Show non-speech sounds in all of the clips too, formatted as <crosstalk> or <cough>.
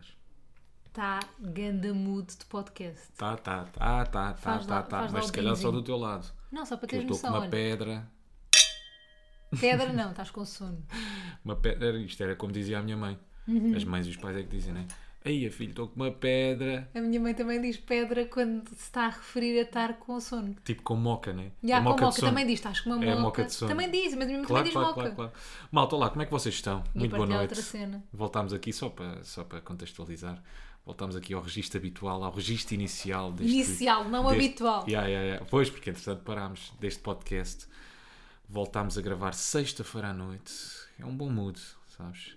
está Tá ganda mood de podcast. Tá, tá, tá, tá, tá, Faz tá, lá- tá. faz lá Mas o se calhar só pinzinho. do teu lado. Não, só para Que eu teres estou com noção, uma olha. pedra. <laughs> Pedra não, estás com sono. Uma pedra. Isto era como dizia a minha mãe. Uhum. As mães e os pais é que dizem, né? Aí, filho, estou com uma pedra. A minha mãe também diz pedra quando se está a referir a estar com sono. Tipo com moca, né? E É há com moca de moca sono. também diz, estás com uma moca. É a moca de sono. Também diz, mas a minha mãe Claro, também diz claro, moca. claro, claro. Malta, olá, como é que vocês estão? E Muito boa partilhar noite. outra cena. Voltámos aqui só para, só para contextualizar. Voltámos aqui ao registro habitual, ao registro inicial deste Inicial, não deste- habitual. Yeah, yeah, yeah. Pois, porque entretanto parámos deste podcast. Voltámos a gravar sexta-feira à noite. É um bom mood, sabes?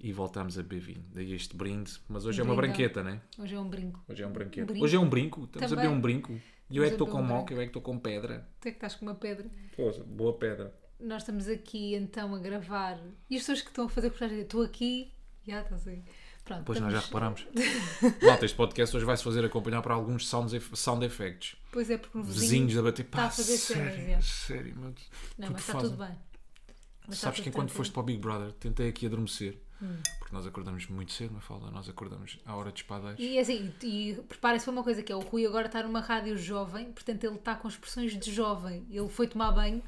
E voltámos a beber vinho. Daí este brinde. Mas hoje é uma Brindão. branqueta, né? Hoje é um brinco. Hoje é um branqueta. Brinco. Hoje é um brinco. Estamos a Também. beber um brinco. E eu é que Estamos a estou com beber um moca, eu é que estou com pedra. Tu é que estás com uma pedra. Poxa, boa pedra. Nós estamos aqui então a gravar. E as pessoas que estão a fazer reportagem, estou aqui. Já estás aí. Pronto. Pois nós já estamos- <laughs> reparámos. Malta, este podcast hoje vai-se fazer acompanhar para alguns sound, eff- sound effects. Pois é, porque o vizinho. Vizinhos a bater. Pá, Tá a fazer cenas, sério, é. sério, meu Deus. Não, Tu mas que está fazes? tudo bem. Mas está Sabes tudo que enquanto tranquilo. Hum. foste para o Big Brother, tentei aqui adormecer. Porque nós acordamos muito cedo, na falda. Nós acordamos à hora de espadeiros. E assim, e e preparem-se para uma coisa que é o Rui agora está numa rádio jovem, portanto ele está com expressões de jovem. Ele foi tomar banho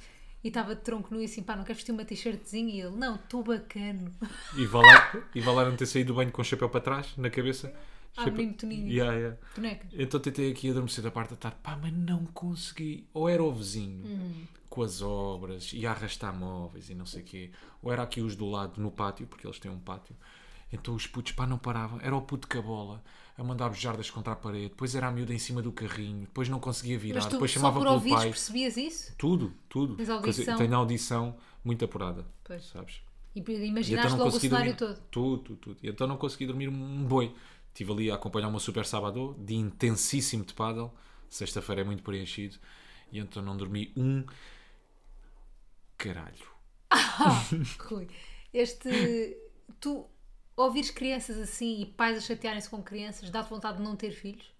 e estava de tronco nu e assim, pá, não queres vestir uma t-shirtzinha? E ele, não, estou bacano. E vá lá, e vá lá não ter saído do banho com o chapéu para trás, na cabeça. Ah, menino Toninho. Yeah, yeah. Boneca. Então tentei aqui adormecer da parte da tarde. Pá, mas não consegui. Ou era o vizinho, Uhum. com as obras, e a arrastar móveis e não sei o quê. Ou era aqui os do lado, no pátio, porque eles têm um pátio. Então os putos, pá, não paravam. Era o puto com a bola, a mandar bujardas contra a parede. Depois era a miúda em cima do carrinho. Depois não conseguia virar. Mas tu depois só chamava por pelo ouvires pai. percebias isso? Tudo, tudo. Mas a audição- Quer dizer, Tenho a audição muito apurada. Pois. Sabes? E E então imaginaste não logo o consegui cenário dormir. todo. Tudo, tudo, tudo. E então não consegui dormir um boi. Estive ali a acompanhar uma super sábado de intensíssimo de paddle. Sexta-feira é muito preenchido. E então não dormi um caralho. <laughs> Rui, este. Tu ouvires crianças assim e pais a chatearem-se com crianças, dá-te vontade de não ter filhos?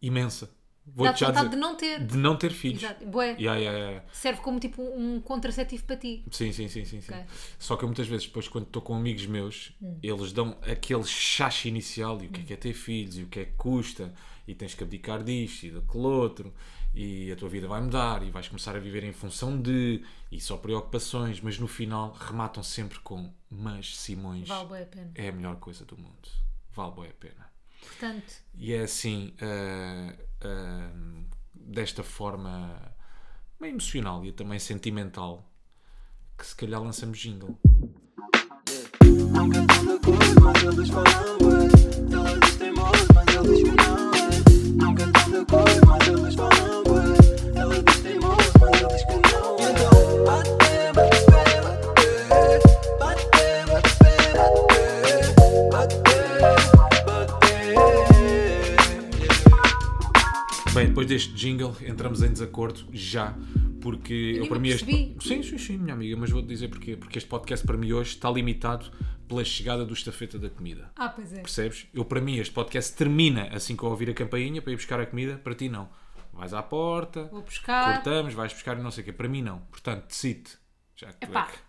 Imensa. Vou-te Dá-te já vontade dizer. de não ter. De não ter filhos. Exato. Bué, Yeah, yeah, yeah. serve como tipo um contraceptivo para ti. Sim, sim, sim, sim, sim. Ok. Hum. Só que eu muitas vezes depois quando estou com amigos meus, eles dão aquele chacho inicial e o que é que é ter filhos e o que é que custa e tens que abdicar disto e daquele outro e a tua vida vai mudar e vais começar a viver em função de e só preocupações, mas no final rematam sempre com mas Simões Vale bué a pena. é a melhor coisa do mundo. Vale bem a pena. Portanto, <laughs> E é assim, ah, ah, desta forma meio emocional e também sentimental, que se calhar lançamos jingle. Nunca estão de acordo, mas é. eles falam bué. Ela diz teimoso, mas ele diz que não é. Nunca estão de acordo, mas eles é. falam bué. Ela diz teimoso, mas ele diz que não é. Então, bate, bate, bate. Bate, bate, bate. Bate, bate. Bem, depois deste jingle entramos em desacordo já, porque eu nem para mim me este. percebi. Sim, sim, sim, minha amiga, mas vou-te dizer porquê. Porque este podcast para mim hoje está limitado pela chegada do estafeta da comida. ah, pois é. Percebes? Eu para mim este podcast termina assim que eu ouvir a campainha para ir buscar a comida, para ti não. Vais à porta, Vou buscar. cortamos, vais buscar e não sei o quê. Para mim não. Portanto, decide. Já que tu é Epá, que- Tá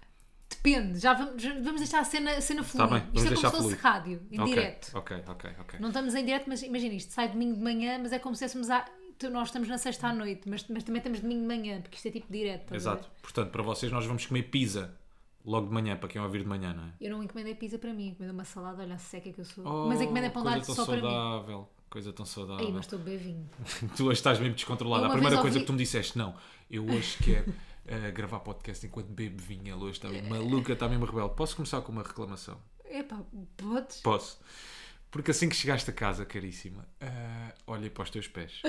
depende. Já vamos, já vamos deixar a cena, a cena fluir. bem, vamos isto é como deixar se fosse fluir. rádio, em Ok, direto. Ok, ok, ok. Não estamos em direto, mas imagina isto. Sai domingo de manhã, mas é como se estivéssemos à... tu- Nós estamos na sexta à noite, mas, mas também estamos domingo de manhã, porque isto é tipo direto. estás a ver? Exato. Portanto, para vocês nós vamos comer pizza logo de manhã, para quem ouvir de manhã, não é? Eu não encomendei pizza para mim, encomendei uma salada, olha a seca que eu sou. mas encomendei pão de Oh, coisa tão alho só para mim. saudável. Coisa tão saudável. Ei, mas estou bem vinho. <laughs> Tu hoje estás mesmo descontrolada. Eu A uma primeira vez coisa ouvi- que tu me disseste, não, eu hoje quero <laughs> eh, gravar podcast enquanto bebo vinho. Ela hoje está mesmo maluca, está mesmo rebelde. Posso começar com uma reclamação? Epá, podes? <laughs> Posso. Porque assim que chegaste a casa, caríssima, eh, olhei para os teus <laughs> pés.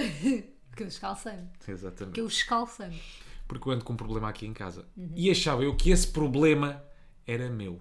Que eu descalcei-me. Que Exatamente. eu descalcei-me. Porque eu ando com um problema aqui em casa. Uhum. E achava eu que esse problema era meu.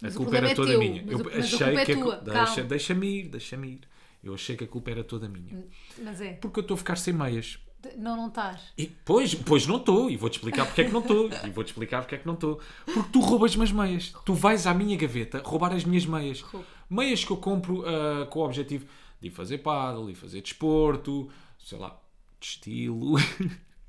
Mas o a culpa problema era é toda teu, minha. mas Eu o- mas a achei culpa é que cu- tua. deixa, Calma. deixa-me ir, deixa-me ir. Eu achei que a culpa era toda minha. Mas é, Porque eu estou a ficar sem meias. de- não, não estás. E, pois, pois não estou, e vou-te explicar porque é que não estou, e vou-te explicar porque é que não estou. Porque tu roubas-me as meias. Tu vais à minha gaveta roubar as minhas meias. Roubo. Meias que eu compro ah, com o objetivo de ir fazer paddle, de ir fazer desporto, sei lá, de estilo.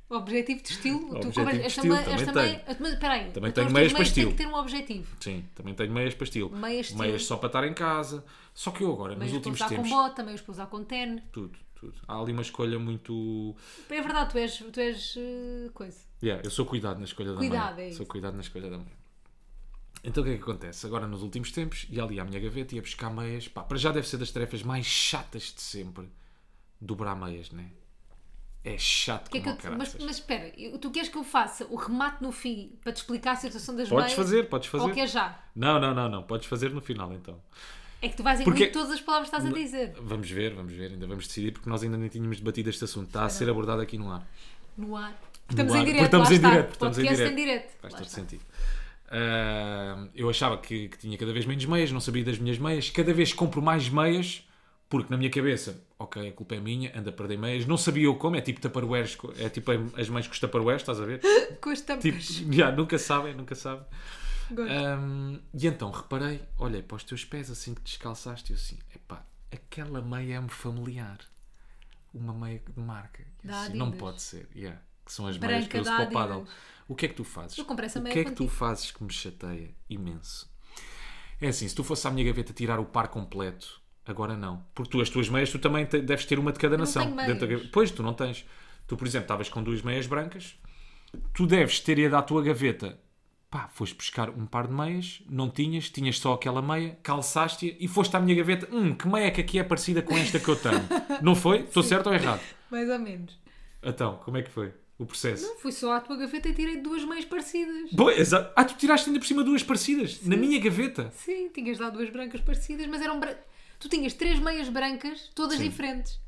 Objetivo de estilo. é- Objetivo compras- de esta estilo, ma- esta também meia- esta meia- Espera Também aí. então tenho as tuas meias para têm estilo. que ter um objetivo. Sim, também tenho meias para estilo. Meias estilo. só para estar em casa. Só que eu agora, nos Meias para últimos usar tempos. com bota, meios para usar com ten. Tudo, tudo. Há ali uma escolha muito. É verdade, tu és, tu és eh, coisa. Yeah, eu sou cuidado na escolha da Cuidado, manhã. é isso. Sou cuidado na escolha da manhã. Então o que é que acontece? Agora nos últimos tempos, ia ali à minha gaveta e ia buscar meias. Pá, para já deve ser das tarefas mais chatas de sempre. Dobrar meias, né? É chato Que é como que eu o te- mas, caraças. mas espera, eu- tu queres que eu faça o remate no fim para te explicar a situação das Podes meias? fazer, podes fazer. Ou que é já? Não, não, não, não. Podes fazer no final então. É que tu vais Porque- incluir todas as palavras que estás a dizer Vamos ver, vamos ver. Ainda vamos decidir porque nós ainda nem tínhamos debatido este assunto. Está a ser abordado aqui no ar. no ar. Estamos No ar, em direto, portanto, lá estamos em está. direto, portanto, estamos em Podcast em direto. direto. Faz Lá todo está. sentido. Ah, eu achava que, que tinha cada vez menos meias, não sabia das minhas meias. Cada vez compro mais meias, porque na minha cabeça, ok, a culpa é minha, ando a perder meias. Não sabia eu como, é tipo tupperwares, co- é tipo as mães com os tupperwares, estás a ver? Com as tampas. Tipo, ah. já, nunca sabem, nunca sabem. Gosto. Ahm, e então reparei, olhei para os teus pés assim que descalçaste, e eu assim, epá, aquela meia é-me familiar. Uma meia de marca. E eu Da assim, não Adidas. pode ser. Yeah, que são as Branca meias que eu uso da para o paddle. Adidas. O que é que tu fazes? Eu comprei essa o meia que é que tu contigo. fazes que me chateia imenso? É assim, se tu fosse à minha gaveta tirar o par completo, agora não. Porque tu, as tuas meias, tu também te- deves ter uma de cada não nação. tenho dentro da meias. gaveta. Pois, tu não tens. Tu, por exemplo, estavas com duas meias brancas, tu deves ter ido à tua gaveta. Pá, foste buscar um par de meias, não tinhas, tinhas só aquela meia, calçaste-a e foste à minha gaveta. Hum, que meia que aqui é parecida com esta que eu tenho? <laughs> não foi? Estou certo ou errado? Mais ou menos. Então, como é que foi o processo? Fui só à tua gaveta e tirei duas meias parecidas. Bom, exato. Ah, tu tiraste ainda por cima duas parecidas, na minha gaveta. Sim, tinhas lá duas brancas parecidas, mas eram. bran- Tu tinhas três meias brancas, todas Sim. diferentes.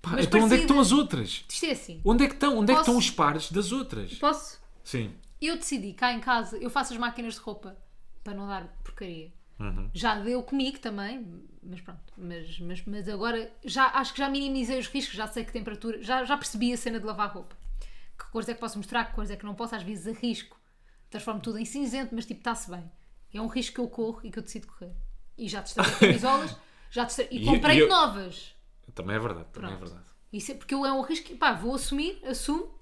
Pá, Mas então onde é que parecidas. estão as outras? Isto é assim. Onde é que estão? Onde é que Posso- estão os pares das outras? Posso? Sim. Eu decidi, cá em casa, eu faço as máquinas de roupa para não dar porcaria. Uhum. Já deu comigo também, mas pronto. Mas, mas, mas agora já acho que já minimizei os riscos, já sei que temperatura, já, já percebi a cena de lavar roupa. Que cores é que posso mostrar, que cores é que não posso, às vezes arrisco. Transformo tudo em cinzento, mas tipo, está-se bem. É um risco que eu corro e que eu decido correr. E já testei as <laughs> camisolas, já testei, e E- comprei e eu- novas. Também é verdade, também é Pronto. verdade. Isso é porque eu é um risco que, pá, vou assumir, assumo,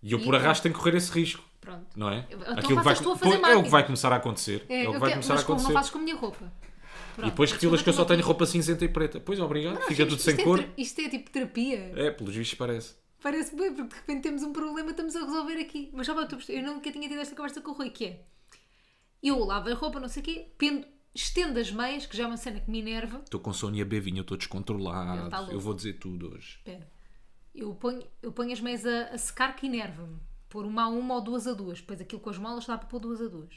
E eu E por então- arrasto tenho que correr esse risco, pronto. não é? Então que vai, faças tu a Pô, é o fazer que máquinas. vai começar a acontecer. É, É, o que vai eu quero- começar a mas como acontecer. não fazes com a minha roupa. Pronto, E depois mas revelas que eu como só tenho não- roupa cinzenta e preta. Pois, obrigado. Não, Fica isto- tudo isto sem é cor. ter- Isto é tipo terapia. É, pelos vistos parece. Parece bem, porque de repente temos um problema, estamos a resolver aqui. Mas sabe, eu estou- eu nunca tinha tido esta conversa com o Rui, que é... Eu lavo a roupa, não sei o quê, pendo, estendo as meias, que já é uma cena que me enerva. Estou com sonia bevinha, eu estou Ele tá descontrolado. louco. Eu vou dizer tudo hoje. Espera. Eu ponho, eu ponho as meias a, a secar que enerva-me. Pôr uma a uma ou duas a duas. Depois aquilo com as molas dá para pôr duas a duas.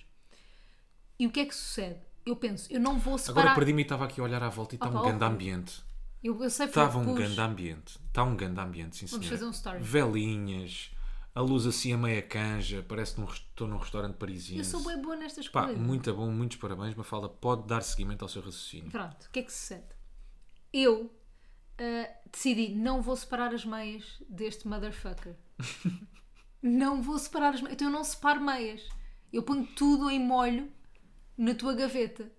E o que é que sucede? Eu penso, eu não vou separar... Agora perdi-me e estava aqui a olhar à volta e está Opa, um grande ó. ambiente. Eu, eu sei Estava um pus- grande ambiente. Está um grande ambiente, sim senhora. fazer um story. Velinhas, a luz assim a meia canja, parece que num res- estou num restaurante parisiense. Eu sou bem boa nestas Pá, coisas. muito bom, muitos parabéns, Mafalda. Pode dar seguimento ao seu raciocínio. Pronto, o que é que sucede? Eu ah, decidi, não vou separar as meias <laughs> deste motherfucker. não vou separar as meias. Então eu não separo meias. Eu ponho tudo em molho na tua gaveta.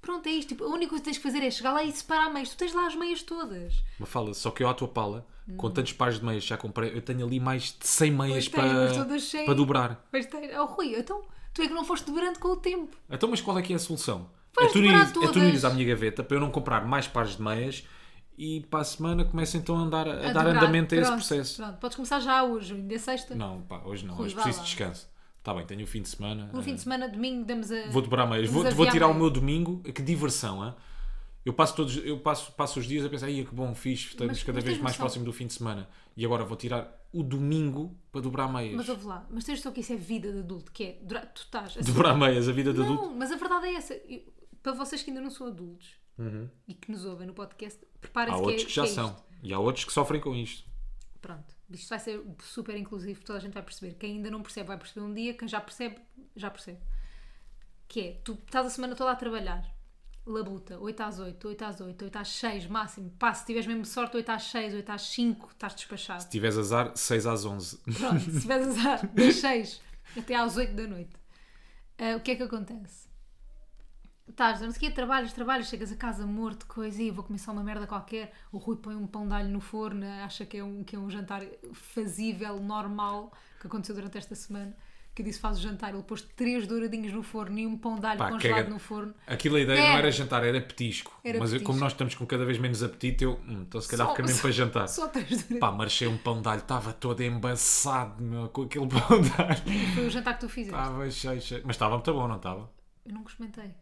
Pronto, é isto. Tipo, a única coisa que tens que fazer é chegar lá e separar meias. Tu tens lá as meias todas. Mafalda, só que eu à tua pala, com tantos pares de meias já comprei, eu tenho ali mais de 100 meias Hum. Pois tens, mas para, todas cheias. para dobrar. Mas tens... Oh, Rui, então tu é que não foste dobrando com o tempo. Então, mas qual é que é a solução? Vais é tu não dobrar ires- é tu não todas. ires à minha gaveta para eu não comprar mais pares de meias e para a semana começo então a, andar, a, A dar dobrar. andamento a esse Pronto, processo. Pronto, podes começar já hoje, ainda é sexta. Não, pá, hoje não. Rui, hoje vá preciso lá. de descanso. Está bem, tenho o fim de semana. No eh, fim de semana, domingo, damos a. Vou dobrar meias. Vamos Vou, vou aviar tirar o meias. meu domingo. Que diversão, hã? Eu passo todos, eu passo, passo os dias a pensar, ia que bom, fixe, estamos Mas- cada mas vez tens mais noção? próximo do fim de semana. E agora vou tirar o domingo para dobrar meias. Mas ouve lá, mas tens só que isso é vida de adulto, que é. dura- Tu estás. a ser- Dobrar meias, a vida de adulto. Não, mas a verdade é essa. Eu- para vocês que ainda não são adultos e que nos ouvem no podcast, preparem-se Uhum. Há que, é- outros que já é são. isto. E há outros que sofrem com isto. Pronto, isto vai ser super inclusivo, toda a gente vai perceber. Quem ainda não percebe, vai perceber um dia. Quem já percebe, já percebe. Que é, tu estás a semana toda a trabalhar, labuta, 8 às 8, 8 às 8, 8 às 6, máximo. Pá, se tiveres mesmo sorte, 8 às 6, 8 às 5, estás despachado. Se tiveres azar, 6 às 11. Pronto, se tiveres <laughs> azar eh, das 6 até às 8 da noite, Ah, o que é que acontece? Estás, não sei o quê, trabalhas, trabalhas, chegas a casa morto, coisa, e vou começar uma merda qualquer. O Rui põe um pão de alho no forno, acha que é um, que é um jantar fazível, normal, que aconteceu durante esta semana. Que eu disse: faz o jantar, ele pôs três douradinhos no forno e um pão de alho Pá, congelado caga- no forno. <laughs> Aquilo a ideia não Era. era jantar, era petisco. Era Mas eu- petisco. como nós estamos com cada vez menos apetite, eu. hum, então se calhar Só- fica mesmo <laughs> só- para jantar. Só três douradinhos. Pá, marchei um pão de alho, estava todo embaçado meu, com aquele <laughs> pão de alho. Foi o jantar que tu fizeste. Estava cheio, cheio. Mas estava muito bom, não estava? Eu não experimentei.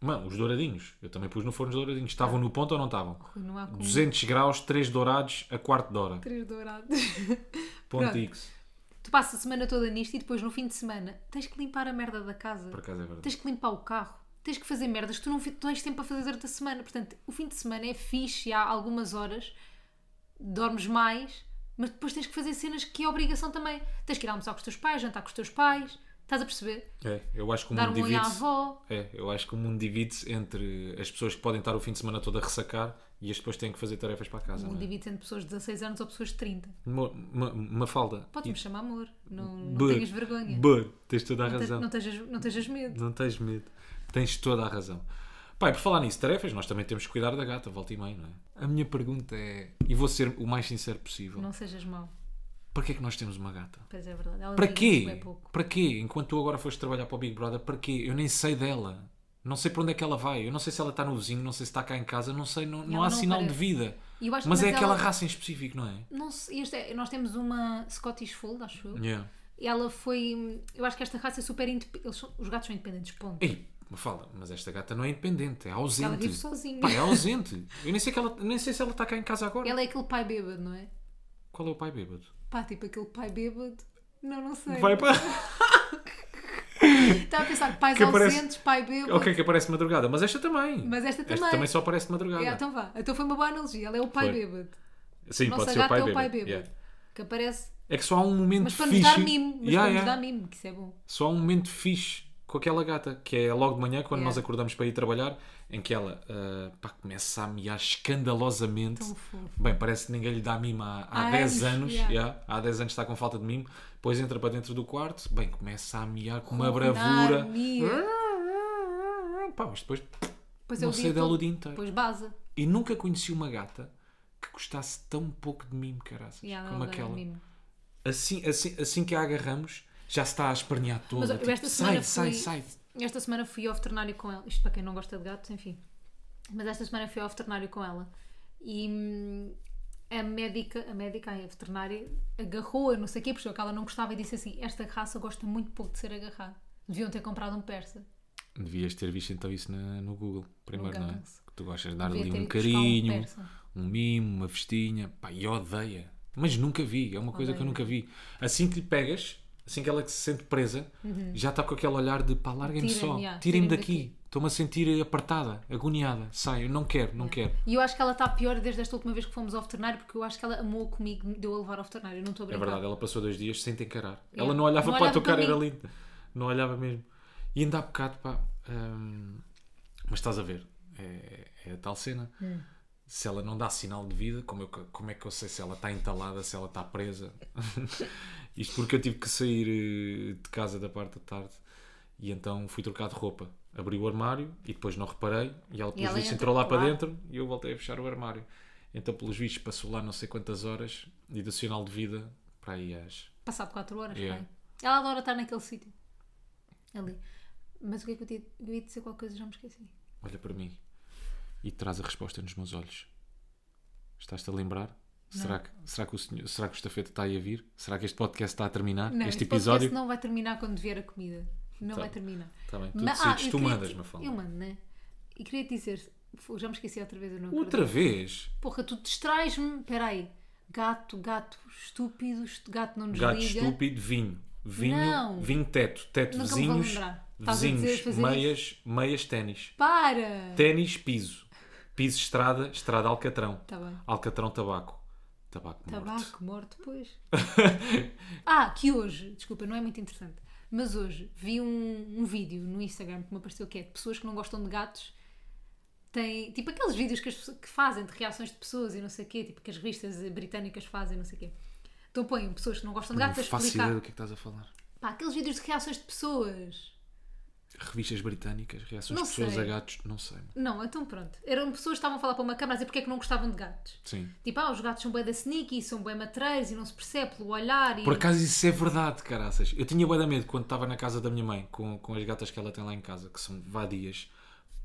Mano, os douradinhos. Eu também pus no forno os douradinhos. Estavam no ponto ou não estavam? Ah. Rui, não há como. 200 graus, 3 dourados, a quarto de hora. Três dourados. <laughs> Ponto Pronto. X. Tu passas a semana toda nisto e depois no fim de semana tens que limpar a merda da casa. Por acaso é verdade. Tens que limpar o carro. Tens que fazer merdas que tu não fi- tens tempo para fazer durante a semana. Portanto, o fim de semana é fixe, há algumas horas, dormes mais, mas depois tens que fazer cenas que é obrigação também. Tens que ir almoçar com os teus pais, jantar com os teus pais, estás a perceber? É, eu acho que o Dar mundo um olho à divide-se. avó. É, eu acho que o mundo divide-se entre as pessoas que podem estar o fim de semana todo a ressacar e as depois têm que fazer tarefas para casa. Um não é? divide entre pessoas de 16 anos ou pessoas de 30. Uma, uma, uma falda. Podes-me chamar amor, não, não Buh, tenhas vergonha. buh, tens toda a Não te- razão. Não tejas, não tejas medo. Não tens medo. Tens toda a razão. Pai, por falar nisso, tarefas, nós também temos que cuidar da gata, volta e meia, não é? A minha pergunta é, e vou ser o mais sincero possível, Não sejas mau. para que é que nós temos uma gata? Pois é verdade. Ela Para liga-se bué quê? pouco. Para quê? Enquanto tu agora foste trabalhar para o Big Brother, para quê? Eu nem sei dela. Não sei para onde é que ela vai. Eu não sei se ela está no vizinho, não sei se está cá em casa, não sei, não, não Ela há não sinal aparece. de vida. E eu acho que- Mas é mas aquela ela- raça em específico, não é? Não sei, este é- nós temos uma Scottish Fold, acho eu. Yeah. Ela foi. Eu acho que esta raça é super independente. Os gatos são independentes, ponto. Ei, me fala, mas esta gata não é independente, é Ela vive ausente. sozinha. Pá, é ausente. Eu nem sei, que ela, nem sei se ela está cá em casa agora. Ela é aquele pai bêbado, não é? Qual é o pai bêbado? Pá, tipo aquele pai bêbado. Não, não sei. Vai para... Estava a pensar que pais Que aparece- ausentes, pai bêbado. <laughs> Ok, que aparece de madrugada, mas esta também. Mas esta também. Esta também só aparece de madrugada. É, então vá. Então foi uma boa analogia. Ela é o pai Foi. bêbado. Sim, Nossa pode ser o gata pai é o bêbado. pai bêbado. Yeah. Que aparece. É que só há um momento Mas para fixe. nos dar mimo. Mas Yeah, para yeah. nos dar mimo, que isso é bom. Só há um momento fixe com aquela gata, que é logo de manhã, quando Yeah. nós acordamos para ir trabalhar, em que ela ah, pá, começa a miar escandalosamente. Tão fofo. Bem, parece que ninguém lhe dá mimo há, há Há 10 anos, anos. yeah. yeah. Há 10 anos está com falta de mimo. Depois entra para dentro do quarto. Bem, começa a miar com uma Ronronar, bravura. Ah, mia. Pá, mas depois Pois é não o sei dia dela todo. o dia inteiro. Depois baza. E nunca conheci uma gata que gostasse tão pouco de mimo, caraças, E ela como não dá aquela. mimo. Assim, assim, assim que a agarramos, já se está a espernear toda. Mas eu tipo, esta sai, semana sai, fui- sai. Esta semana fui ao veterinário com ela. Isto para quem não gosta de gatos, enfim. Mas esta semana fui ao veterinário com ela. E hum, a médica, a médica, ai, a veterinária, agarrou-a, não sei o quê, percebeu que ela não gostava e disse assim: Esta raça gosta muito pouco de ser agarrada. Deviam ter comprado um persa. Devias ter visto então isso na- no Google, primeiro, Nunca não é? penso. Que tu gostas de dar Devia ali ter um ido buscar um carinho, persa. um, mimo, uma vestinha. Pá, e odeia. Mas nunca vi, é uma coisa que eu Odeia. nunca vi. Assim que lhe pegas, assim que ela se sente presa, já está com aquele olhar de pá, larguem-me Uhum. Tirem-me, só, yeah, tirem-me tirem-me daqui. Estou-me a sentir apertada, agoniada. Sai, eu não quero, não quero. E eu acho que ela está pior desde esta última vez que fomos ao veterinário, porque eu acho que ela amou comigo, deu a levar ao veterinário. Eu não estou a É brincar. verdade, ela passou dois dias sem te encarar. Yeah. Ela não olhava Não para a olhava tua cara, para era mim. linda. Não olhava mesmo. E ainda há bocado, pá. hum, mas estás a ver, é, é a tal cena. Hum. Se ela não dá sinal de vida, como, eu- como é que eu sei se ela está entalada, se ela está presa? <laughs> Isto porque eu tive que sair eh, de casa da parte da tarde e então fui trocar de roupa. Abri o armário e depois não reparei e ela, pelos ela vistos, entra- entrou lá para claro. dentro dentro e eu voltei a fechar o armário. Então, pelos vistos, passou lá não sei quantas horas e do sinal de vida para aí às. Passado 4 horas, Yeah. vai. Ela adora estar naquele sítio. Ali. Mas o que é que eu, tinha, eu ia dizer qualquer coisa já me esqueci. Olha para mim e traz a resposta nos meus olhos. Estás-te a lembrar? Será que, será, que o senhor, será que o estafeta está aí a vir? Será que este podcast está a terminar? Não, este este podcast episódio? não vai terminar quando vier a comida. Não Tá. vai terminar. Tá bem, tu Mas- decides, ah, eu tu queria- mandas, Mafalda. Eu mando, né? E queria te dizer, Fô, já me esqueci outra vez, eu não acredito. Outra vez? Porra, tu distrais-me, peraí. Gato, gato estúpido, est- gato não nos Gato liga. estúpido, vinho. Vinho, Não. vinho teto, teto, Nunca me vou vizinhos, lembrar. Estás a dizer, vizinhos, fazer meias, meias, ténis. Para! Ténis, piso. Piso, estrada, estrada, alcatrão. Tá bem. Alcatrão, tabaco. Tabaco morto. Tabaco, morto, pois. <laughs> ah, que hoje, desculpa, não é muito interessante, mas hoje vi um, um vídeo no Instagram que me apareceu que é de pessoas que não gostam de gatos. Tem, tipo aqueles vídeos que, as pessoas- que fazem de reações de pessoas e não sei o quê, tipo que as revistas britânicas fazem, não sei o quê. Então põem pessoas que não gostam de Não gatos a faço ideia explicar. do que é que estás a falar. Pá, aqueles vídeos de reações de pessoas. Revistas britânicas, reações Não de pessoas sei. a gatos, não sei. mano. Não, então pronto. Eram pessoas que estavam a falar para uma câmara a dizer porque é que não gostavam de gatos. Sim. Tipo, ah, os gatos são bem da sneaky, são bem matreiros e não se percebe pelo olhar e... Por acaso isso é verdade, caraças. Eu tinha bué de medo quando estava na casa da minha mãe, com, com as gatas que ela tem lá em casa, que são vadias.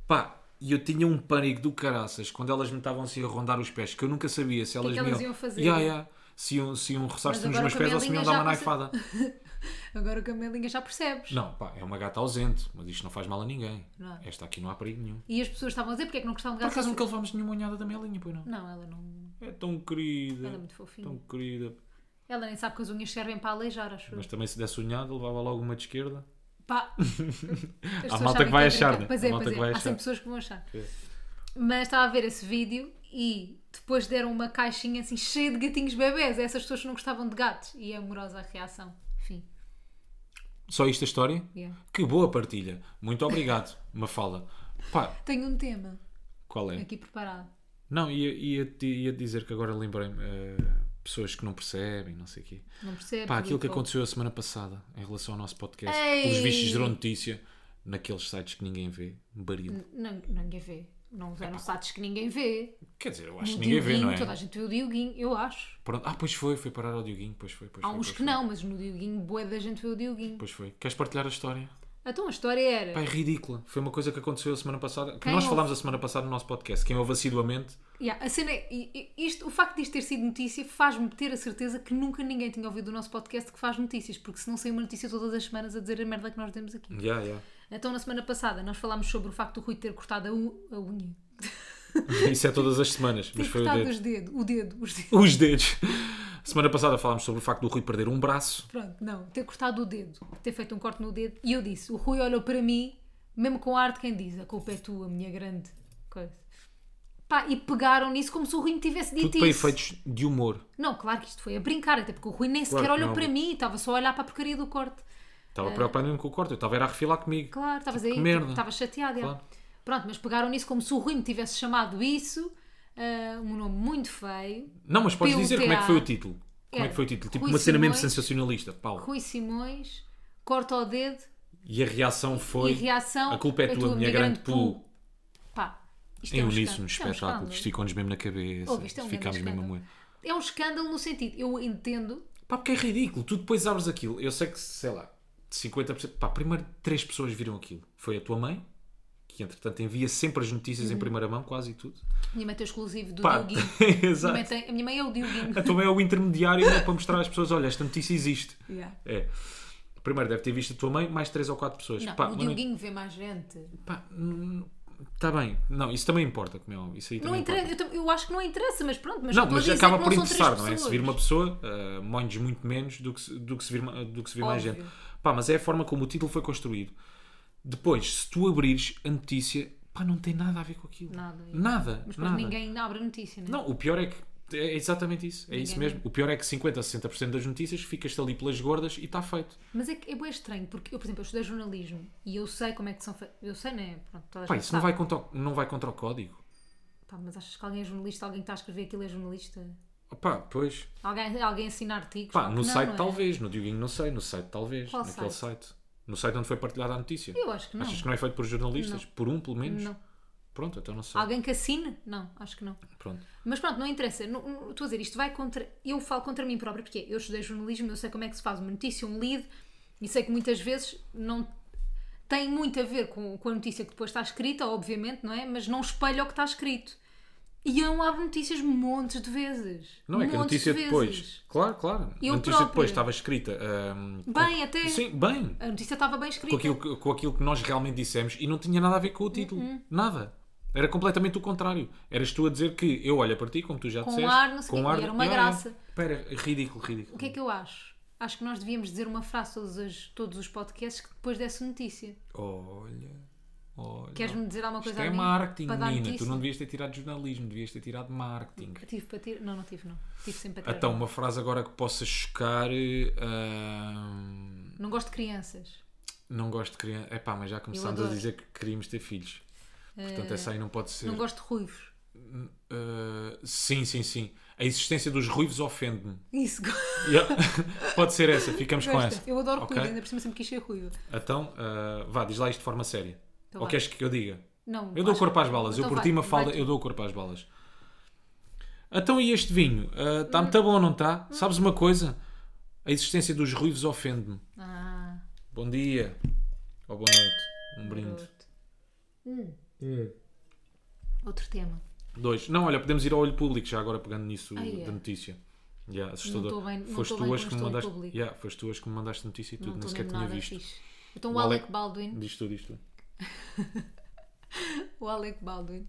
Pá, e eu tinha um pânico do caraças quando elas me estavam assim a rondar os pés, que eu nunca sabia se elas que me elas iam fazer? Ya, ya. Se iam, se iam roçar-se nos Mas agora meus com a pés ou se me iam dar Belinha uma já naifada. Agora o camelinha já percebes. Não, pá, é uma gata ausente, mas isto não faz mal a ninguém. Não é? Esta aqui não há perigo nenhum. E as pessoas estavam a dizer porque é que não gostavam de Por um gatos. acaso nunca levámos nenhuma unhada da Melinha, pois não? Não, ela não... É Então. tão querida. Ela é muito fofinha. Tão querida. Ela nem sabe que as unhas servem para aleijar, acho eu. Mas também se desse unhada, levava logo uma de esquerda. <laughs> Pá. As Há pessoas malta sabem que vai é achar, brincar. né? Pois Há é, malta pois que é. vai Há achar. sempre pessoas que vão achar. É. Mas estava a ver esse vídeo e depois deram uma caixinha assim cheia de gatinhos bebés. Essas pessoas que não gostavam de gatos. E é amorosa a reação. Enfim. Só isto a história? yeah. Que boa partilha. Muito obrigado, Mafalda. Pá, Tenho um tema qual é? aqui preparado. Não, ia, ia, te- ia te dizer que agora lembrei-me. eh, pessoas que não percebem, não sei o quê. Não percebes? Pá, aquilo Digo, que pô, aconteceu a semana passada em relação ao nosso podcast. Ei! Pelos vistos gerou notícia naqueles sites que ninguém vê. um Baril. Não, ninguém vê. Não eram sites que ninguém vê. Quer dizer, eu acho O que ninguém vê, um Dioguinho, não é? Toda a gente vê o Dioguinho, eu acho. Pronto. Ah, pois foi, foi parar ao Dioguinho, pois foi, pois Há foi, uns pois que foi. não, mas no Dioguinho, boa da gente vê o Dioguinho. Pois foi. Queres partilhar a história? Então a história era. Pá, é ridícula. Foi uma coisa que aconteceu a semana passada. Que Quem nós ouve? falámos a semana passada no nosso podcast. Quem ouve assiduamente. Yeah, a cena é- i- i- isto, o facto disto ter sido notícia faz-me ter a certeza que nunca ninguém tinha ouvido o nosso podcast que faz notícias, porque senão saiu uma notícia todas as semanas a dizer a merda que nós demos aqui. Yeah, yeah. Então, na semana passada, nós falámos sobre o facto do Rui ter cortado a, u- a unha. <laughs> Isso é todas as semanas. Mas Ter foi o cortado dedo. os dedos, o dedo, os dedos. <laughs> Os dedos. Semana passada falámos sobre o facto do Rui perder um braço. Pronto, não, ter cortado o dedo, ter feito um corte no dedo. E eu disse: o Rui olhou para mim, mesmo com ar de quem diz, a culpa é tua, minha grande coisa. Pá, e pegaram nisso como se o Rui me tivesse dito Tudo para isso. efeitos de humor. Não, claro que isto foi a brincar, até porque o Rui nem Claro sequer que olhou não. para mim, estava só a olhar para a porcaria do corte. Estava Ah. preocupado mesmo com o corte. Eu estava a ir a refilar comigo. Claro, estavas aí, que merda. tipo, estavas chateado. Claro. já. Pronto, mas pegaram nisso como se o Rui me tivesse chamado isso, ah, um nome muito feio. Não, mas podes dizer como é que foi o PUTA. título. Como é que foi o título? Tipo Rui uma cena mesmo Simões. sensacionalista. Pau. Rui Simões corta o dedo E a reação foi. e reação. A culpa é tua, minha grande pu. Pá, isto Em é um uníssono, escândalo. Isto é um espetáculo. escândalo. Esticam-nos mesmo na cabeça. Ouve, isto é um grande Ficámos mesmo a escândalo. moer. É um escândalo no sentido, eu entendo, Pá, porque é ridículo. Tu depois abres aquilo. Eu sei que, sei lá, 50%. Pá, primeiro três pessoas viram aquilo. Foi a tua mãe, que entretanto envia sempre as notícias Uhum. em primeira mão, quase e tudo. minha mãe tem o exclusivo do Pá, Dioguinho. Minha <laughs> exato. mãe tem- A minha mãe é o Dioguinho. A <laughs> tua mãe é o intermediário né, para mostrar às pessoas: olha, esta notícia existe. Yeah. É. Primeiro deve ter visto a tua mãe, mais três ou quatro pessoas. Não, Pá, o um mas não- é Dioguinho vê mais gente. Pá, está bem. Não, isso também importa, como é óbvio. Isso aí Não também interessa, importa. eu, tam- eu acho que não interessa, mas pronto. Mas Não, estou a mas dizer acaba que por não são três interessar, não é? Se pessoas. vir uma pessoa, uh, montes muito menos do que se, do que se vir, ma- do que se vir mais Óbvio. gente. Pá, mas é a forma como o título foi construído. Depois, se tu abrires a notícia, pá, não tem nada a ver com aquilo. Nada, é. Nada. Mas depois nada. ninguém abre a notícia, né? Não, o pior é que é exatamente isso. É isso Ninguém- mesmo. O pior é que 50 a 60% das notícias ficas-te ali pelas gordas e está feito. Mas é que é bem estranho, porque eu, por exemplo, eu estudei jornalismo e eu sei como é que são feitos. Eu sei, né? Pronto, toda a Pá, gente isso não sabe. vai, contra, o- não vai contra o código. Pá, mas achas que alguém é jornalista, alguém que está a escrever aquilo é jornalista? Pá, pois. Alguém, alguém assina artigos? Pá, no Não, site não é? talvez, no Dioguinho não sei, no site talvez, Qual naquele site? site? No site onde foi partilhada a notícia. Eu acho que não. Achas que não é feito por jornalistas? Por um, pelo menos? Não. Ah, Pronto, então não sei. Alguém que assine? Não, acho que não. Pronto. Mas pronto, não interessa. Não- não- Estou a dizer, isto vai contra. Eu falo contra mim própria, porque eu estudei jornalismo, eu sei como é que se faz uma notícia, um lead, e sei que muitas vezes não tem muito a ver com, com a notícia que depois está escrita, obviamente, não é? Mas não espelha o que está escrito. E eu não abro notícias montes de vezes. Não é que a Montes de notícia vezes. depois. Claro, claro. Eu a notícia própria. depois estava escrita. hum, com- Bem, até. Sim, bem. A notícia estava bem Com escrita. aquilo, que- com aquilo que nós realmente dissemos e não tinha nada a ver com o título. Uhum. Nada. Era completamente o contrário. Eras tu a dizer que eu olho para ti, como tu já Com disseste. ar, não sei quê, e era uma Ah, é. graça. Pera, ridículo, ridículo. O que é que eu acho? Acho que nós devíamos dizer uma frase todos os, todos os podcasts que depois desse notícia. Olha, olha. Queres-me dizer alguma coisa Isto a é mim marketing, para dar menina. Tu notícia? não devias ter tirado jornalismo, devias ter tirado marketing. Tive para tirar. Não, não tive, não. Tive sempre para tirar. Então, uma frase agora que possa chocar. eh, ahm, Não gosto de crianças. não gosto de criança. Epá, mas já começámos a adoro. dizer que queríamos ter filhos. Eh, Portanto, essa aí não pode ser. Não gosto de ruivos. Ah, sim, sim, sim. A existência dos ruivos ofende-me. Isso. Yeah. <laughs> <laughs> Pode ser essa, ficamos com Gosta. essa. Eu adoro Ok? ruiva, ainda por cima sempre quis ser ruiva. Então, ah, vá, diz lá isto de forma séria. Então Ou vá. queres que eu diga? Não. Eu dou acho- corpo às balas. eu Então por vai, ti uma vai falda, tu. eu dou corpo às balas. Então e este vinho? Está muito bom, não está? Hum. Sabes uma coisa? A existência dos ruivos ofende-me. Ah, Bom dia. Ou boa noite. Um brinde. pronto. É. Outro tema. Dois. Não, olha, podemos ir ao olho público já agora pegando nisso Ah, yeah. da notícia. Yeah, assustador. Não tô bem- não foste tô bem tu com as que este me olho mandaste. público. Yeah, foste tu as que me mandaste notícia e tudo, Não nem estou sequer mesmo tinha nada visto. fixe. Então O o Alec Alec- Baldwin, Diz tu, diz tu. o Alec Baldwin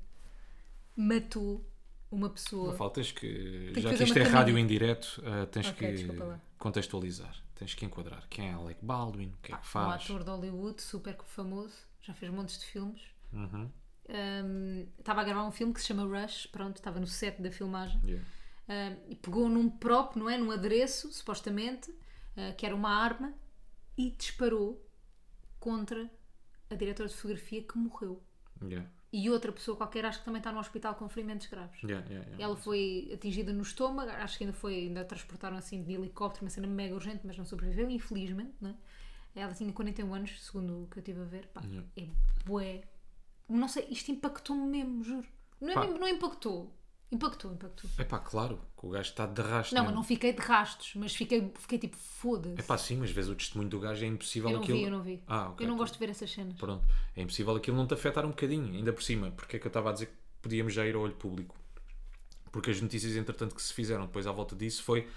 matou uma pessoa. Não faltas que, que já que fazer isto uma é caminha. rádio em direto, ah, tens Ok, que desculpa lá. contextualizar, tens que enquadrar. Quem é Alec Baldwin? O que é que um faz? ator de Hollywood super famoso, já fez montes de filmes. Uhum. Um, Estava a gravar um filme que se chama Rush, pronto, estava no set da filmagem. Yeah. Um, e pegou num prop, não é? Num adereço, supostamente, uh, que era uma arma, e disparou contra a diretora de fotografia que morreu. Yeah. E outra pessoa qualquer, acho que também está no hospital com ferimentos graves. Yeah, yeah, yeah. Ela foi atingida no estômago, acho que ainda foi, ainda a transportaram assim de helicóptero, uma cena mega urgente, mas não sobreviveu, infelizmente, não é? Ela tinha 41 anos, segundo o que eu estive a ver, pá, é bué. Não sei, isto impactou-me mesmo, juro. Não, é Pá. mesmo- não impactou, impactou, impactou. Epá, claro, que o gajo está de rastro. Não, mas não fiquei de rastos, mas fiquei, fiquei tipo, foda-se. Epá, sim, mas vês o testemunho do gajo, é impossível Eu não aquilo. vi, eu não vi. Ah, ok. eu não tu- gosto de ver essas cenas. Pronto, é impossível aquilo não te afetar um bocadinho, ainda por cima, porque é que eu estava a dizer que podíamos já ir ao olho público. Porque as notícias, entretanto, que se fizeram depois à volta disso foi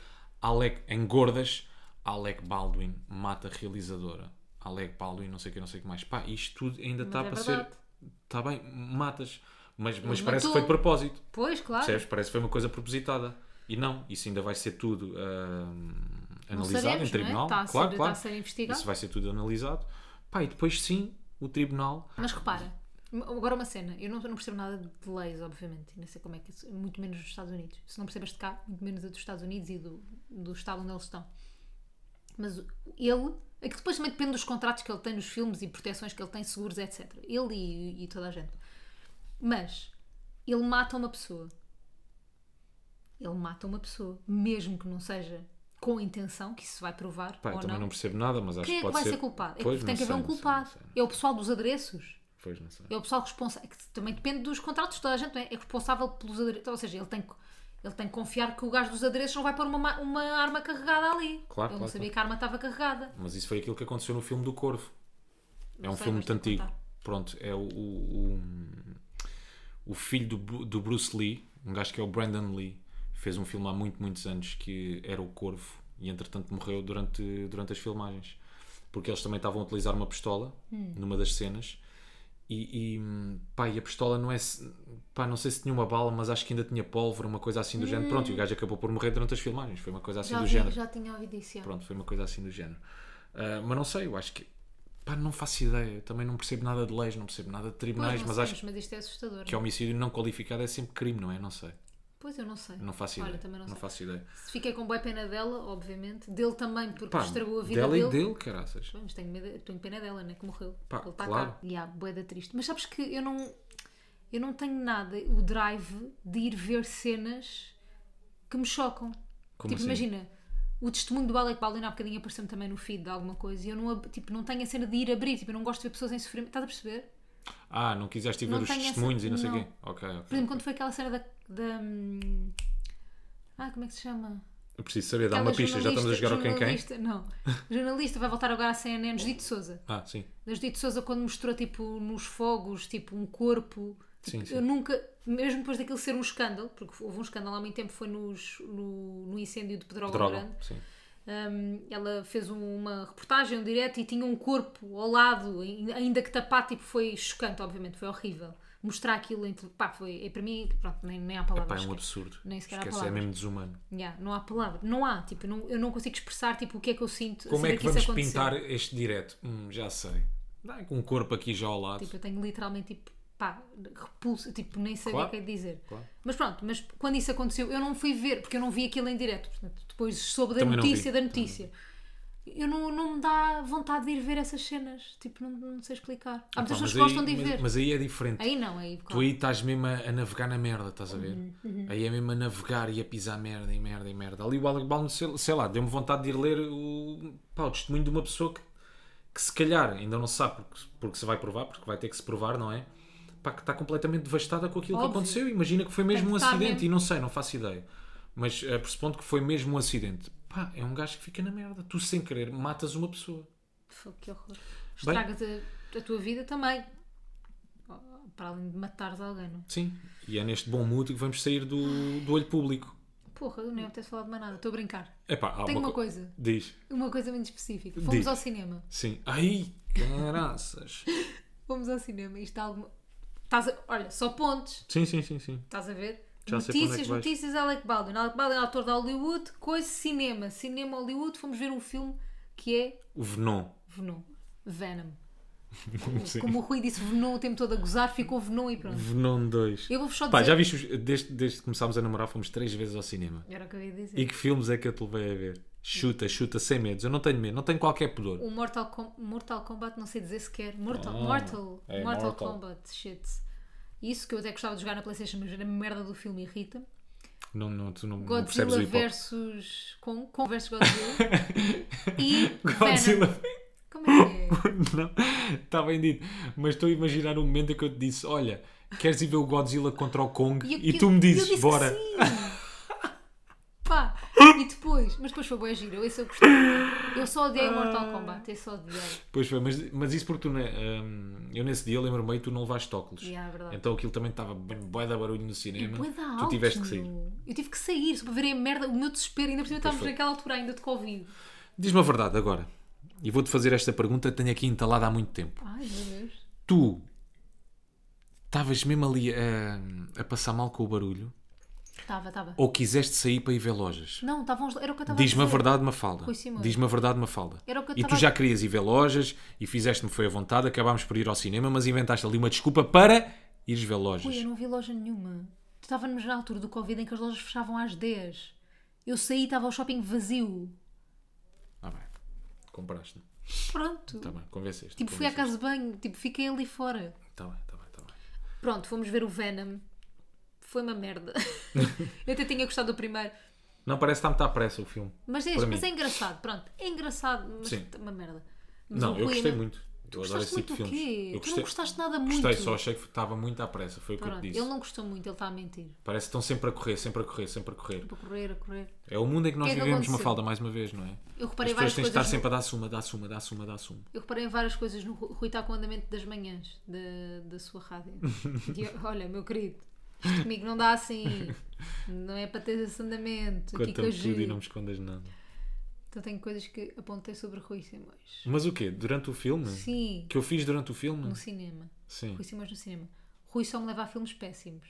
Alec engordas, Alec Baldwin mata a realizadora. Alec Baldwin, não sei o que, não sei o que mais. Pá, isto tudo ainda está é Tá para verdade. ser. Está bem, matas. Mas, mas matou. parece que foi de propósito. Pois, claro. Percebes? Parece que foi uma coisa propositada. E não, isso ainda vai ser tudo ahm, Não analisado sabemos, em tribunal. Não é? Está a ser- claro, está claro. a ser investigado. Isso vai ser tudo analisado. Pá, e depois sim, o tribunal. Mas repara, agora uma cena, eu não, eu não percebo nada de leis, obviamente, e não sei como é que isso, muito menos dos Estados Unidos. Se não percebes de cá, muito menos a dos Estados Unidos e do, do estado onde eles estão. Mas o- ele, é que depois também depende dos contratos que ele tem nos filmes e proteções que ele tem, seguros, etc. Ele e, e toda a gente. Mas ele mata uma pessoa. Ele mata uma pessoa, mesmo que não seja com intenção, que isso vai provar. Pá, eu ou também não. não. percebo nada, mas acho Quem é que que pode vai ser, ser culpado? É Pois, que tem não que haver sei, um não sei, culpado. não sei. É o pessoal dos adereços. Pois, não sei. É o pessoal responsável. Também depende dos contratos, toda a gente não é, é responsável pelos adereços. Ou seja, ele tem, que- ele tem que confiar que o gajo dos adereços não vai pôr uma, ma- uma arma carregada ali. Claro, ele claro, não sabia que a arma estava carregada. Mas isso foi aquilo que aconteceu no filme do Corvo. é Não um sei, filme vais muito ter que antigo. contar. Pronto, é o, o, o- o filho do, Bru- do Bruce Lee, um gajo que é o Brandon Lee, fez um filme há muito, muitos anos que era o Corvo e entretanto morreu durante, durante as filmagens. Porque eles também estavam a utilizar uma pistola Hum. numa das cenas e, e, hum, pá, e a pistola não é. se- Pá, não sei se tinha uma bala, mas acho que ainda tinha pólvora, uma coisa assim do género. Pronto, e o gajo acabou por morrer durante as filmagens. Foi uma coisa assim Hum. Já, do vi- género. já tinha ouvido isso. já. Pronto, foi uma coisa assim do género. Ah, mas não sei, eu acho que. Pá, não faço ideia. Também não percebo nada de leis, não percebo nada de Pois, tribunais, não mas sabemos, acho mas isto é assustador. que homicídio não qualificado é sempre crime, não é? Não sei. Pois eu não sei. Não faço ideia. Olha, também não, sei. faço ideia. Se fiquei com boa pena dela, obviamente. Dele também, porque Pá, estragou a vida dela dele. Tipo, e dele, caraças. Bem, Mas tenho, medo, tenho pena dela, né? Que morreu. Pá, Ele está claro. cá. E há boeda triste. Mas sabes que eu não, eu não tenho nada, o drive de ir ver cenas que me chocam. Como tipo, assim? imagina, o testemunho do Alec Baldwin há bocadinho apareceu-me também no feed de alguma coisa e eu não, ab- tipo, não tenho a cena de ir abrir. Tipo, eu não gosto de ver pessoas em sofrimento. Estás a perceber? Ah, não quiseste ir ver Não os tenho essa- testemunhos e não, sei o não. quê. Ok, Por ok. exemplo, quando foi aquela cena da... da hum, ah, como é que se chama? Eu preciso saber, dá Aquela uma pista, já estamos a jornalista- jogar ao quem quem. jornalista- Não, jornalista vai voltar agora à CNN, Judite Souza. Ah, sim. da Judite Souza quando mostrou tipo nos fogos tipo um corpo Sim, Tipo, sim. eu nunca mesmo depois daquilo ser um escândalo porque houve um escândalo há muito tempo foi nos, no, no incêndio de Pedro Grande Droga. Sim. Hum, ela fez um- uma reportagem um direto e tinha um corpo ao lado ai- ainda que tapado tipo foi chocante obviamente foi horrível mostrar aquilo em tele- pá, foi é para mim pronto nem, nem há palavras Pá, é um sequer. absurdo. nem sequer há Esquece, é palavras. mesmo desumano. Yeah, não há palavra não há tipo não- eu não consigo expressar tipo o que é que eu sinto a Como é saber que isso vamos aconteceu. pintar este direto? Hum, já sei. Dá com um corpo aqui já ao lado. Tipo, eu tenho literalmente, tipo, pá, repulso, tipo, nem sabia Claro. o que é de dizer. Claro. Mas pronto, mas quando isso aconteceu, eu não fui ver, porque eu não vi aquilo em direto. Portanto, depois soube da Também não notícia, vi. da notícia. eu não, não me dá vontade de ir ver essas cenas. Tipo, não, não sei explicar. Há muitas Pá, pessoas mas que gostam de aí- ir mas- ver. Mas aí é diferente. Aí não, aí. Tu claro. aí estás mesmo a, a navegar na merda, estás a ver? Uhum, Aí é mesmo a navegar e a pisar merda e merda e merda. Ali o Alec Baldwin, sei, sei lá, deu-me vontade de ir ler o, pá, o testemunho de uma pessoa que, que se calhar ainda não sabe porque, porque se vai provar, porque vai ter que se provar, não é? Pá, que está completamente devastada com aquilo Óbvio. que aconteceu. Imagina que foi mesmo que um estar acidente mesmo. e não sei, não faço ideia. Mas eh, pressupondo que foi mesmo um acidente. Pá, é um gajo que fica na merda. Tu sem querer matas uma pessoa. Fogo, que horror. Estragas a, a tua vida também. Oh, Para além de matares alguém, não é? Sim. E é neste bom mood que vamos sair do, do olho público. Porra, eu nem me apetece falar de mais nada. Estou a brincar. Epá, há Tenho uma co- coisa. Diz. Uma coisa muito específica. Fomos Diz. ao cinema. Sim. Ai, caraças. Fomos ao cinema e está alguma. Estás a... Olha, só pontos. sim, sim, sim, sim. Estás a ver? Já sei para onde é notícias, que vais. notícias, Alec Baldwin. Alec Baldwin é autor de Hollywood, coisa, cinema. Cinema Hollywood, fomos ver um filme que é O Venom. Venom. Venom. <laughs> Sim. Como o Rui disse Venom o tempo todo a gozar, ficou Venom e pronto. Venom 2. Eu vou-vos só Pá, dizer. já viste, os- desde, desde que começámos a namorar, fomos três vezes ao cinema. Era o que eu ia dizer. E que filmes é que eu te levei a ver? Chuta, chuta, sem medos. Eu não tenho medo, não tenho qualquer pudor. O Mortal, Com- Mortal Kombat, não sei dizer sequer. Mortal, Ah, Mortal, é Mortal, Mortal. Kombat, shit. Isso que eu até gostava de jogar na PlayStation, mas a merda do filme irrita. Não, não, tu não, não percebes o Godzilla hip hop. versus. Kong, Kong <laughs> versus Godzilla. e. Venom. Godzilla. Como é que é? não, está bem dito. Mas estou a imaginar o momento em que eu te disse: Olha, queres ir ver o Godzilla contra o Kong? eu- E, eu- tu me eu dizes: disse que Bora. <laughs> sim. Pá, e depois, mas depois foi boa gira, eu esse eu gostei. Eu só odiei Ah. Mortal Kombat, eu só odiei. Pois foi, mas, mas isso porque tu, né, hum, eu nesse dia lembro-me e tu não levaste óculos. Yeah, é verdade. então aquilo também estava bem bué da barulho no cinema. É Bué da tu alto, tiveste que sair. meu. Eu tive que sair, só para verem a merda, o meu desespero, ainda por cima estávamos foi. naquela altura ainda de Covid. Diz-me a verdade agora. E vou-te fazer esta pergunta, tenho aqui entalada há muito tempo. Ai meu Deus. Tu estavas mesmo ali a, a passar mal com o barulho Estava, estava. ou quiseste sair para ir ver lojas? Não, estavam. Era o que eu estava a Diz-me a dizer. verdade, Mafalda. Rui Simões. Diz-me a verdade, Mafalda. Era o que eu e tu tava- já querias ir ver lojas e fizeste-me foi à vontade, acabámos por ir ao cinema, mas inventaste ali uma desculpa para ires ver lojas. Ui, eu não vi loja nenhuma. Tu Estávamos na altura do Covid em que as lojas fechavam às 10. Eu saí e estava o shopping vazio. Ah, bem. Compraste. Pronto. Tá bem, convenceste. tipo, fui à casa de banho, tipo, fiquei ali fora. Tá bem, tá bem, tá bem. Pronto, fomos ver o Venom. Foi <laughs> uma merda. eu até tinha gostado do primeiro. Não, parece que está-me à pressa o filme. Mas é, Para mas mim. é engraçado. Pronto, é engraçado, mas Sim. uma merda. Mas Não, o eu Rui gostei não- muito. Eu adoro Gostaste esse tipo de muito do filmes. quê? Eu Tu gostei, não gostaste nada muito. gostei só achei que estava muito à pressa. Foi o que eu Pronto, te ele disse. não gostou muito, ele está a mentir. Parece que estão sempre a correr, sempre a correr, sempre a correr. Tipo, a correr, a correr. É o mundo em que nós que é que vivemos, aconteceu? uma falda, mais uma vez, não é? Eu As reparei pessoas várias têm de estar coisas. no- sempre a dar suma, dar suma, dar suma, dar suma. Eu reparei em várias coisas no Ru- Rui está com o andamento das manhãs da, da sua rádio. <laughs> E eu, olha, meu querido, isto comigo não dá assim. Não é para ter esse andamento. aqui que eu Conta-me tudo e giro. não me escondas nada. Então tenho coisas que apontei sobre Rui Simões. Mas o quê? Durante o filme? Sim, Que eu fiz durante o filme? no cinema. Sim. Rui Simões no cinema. Rui só me leva a filmes péssimos.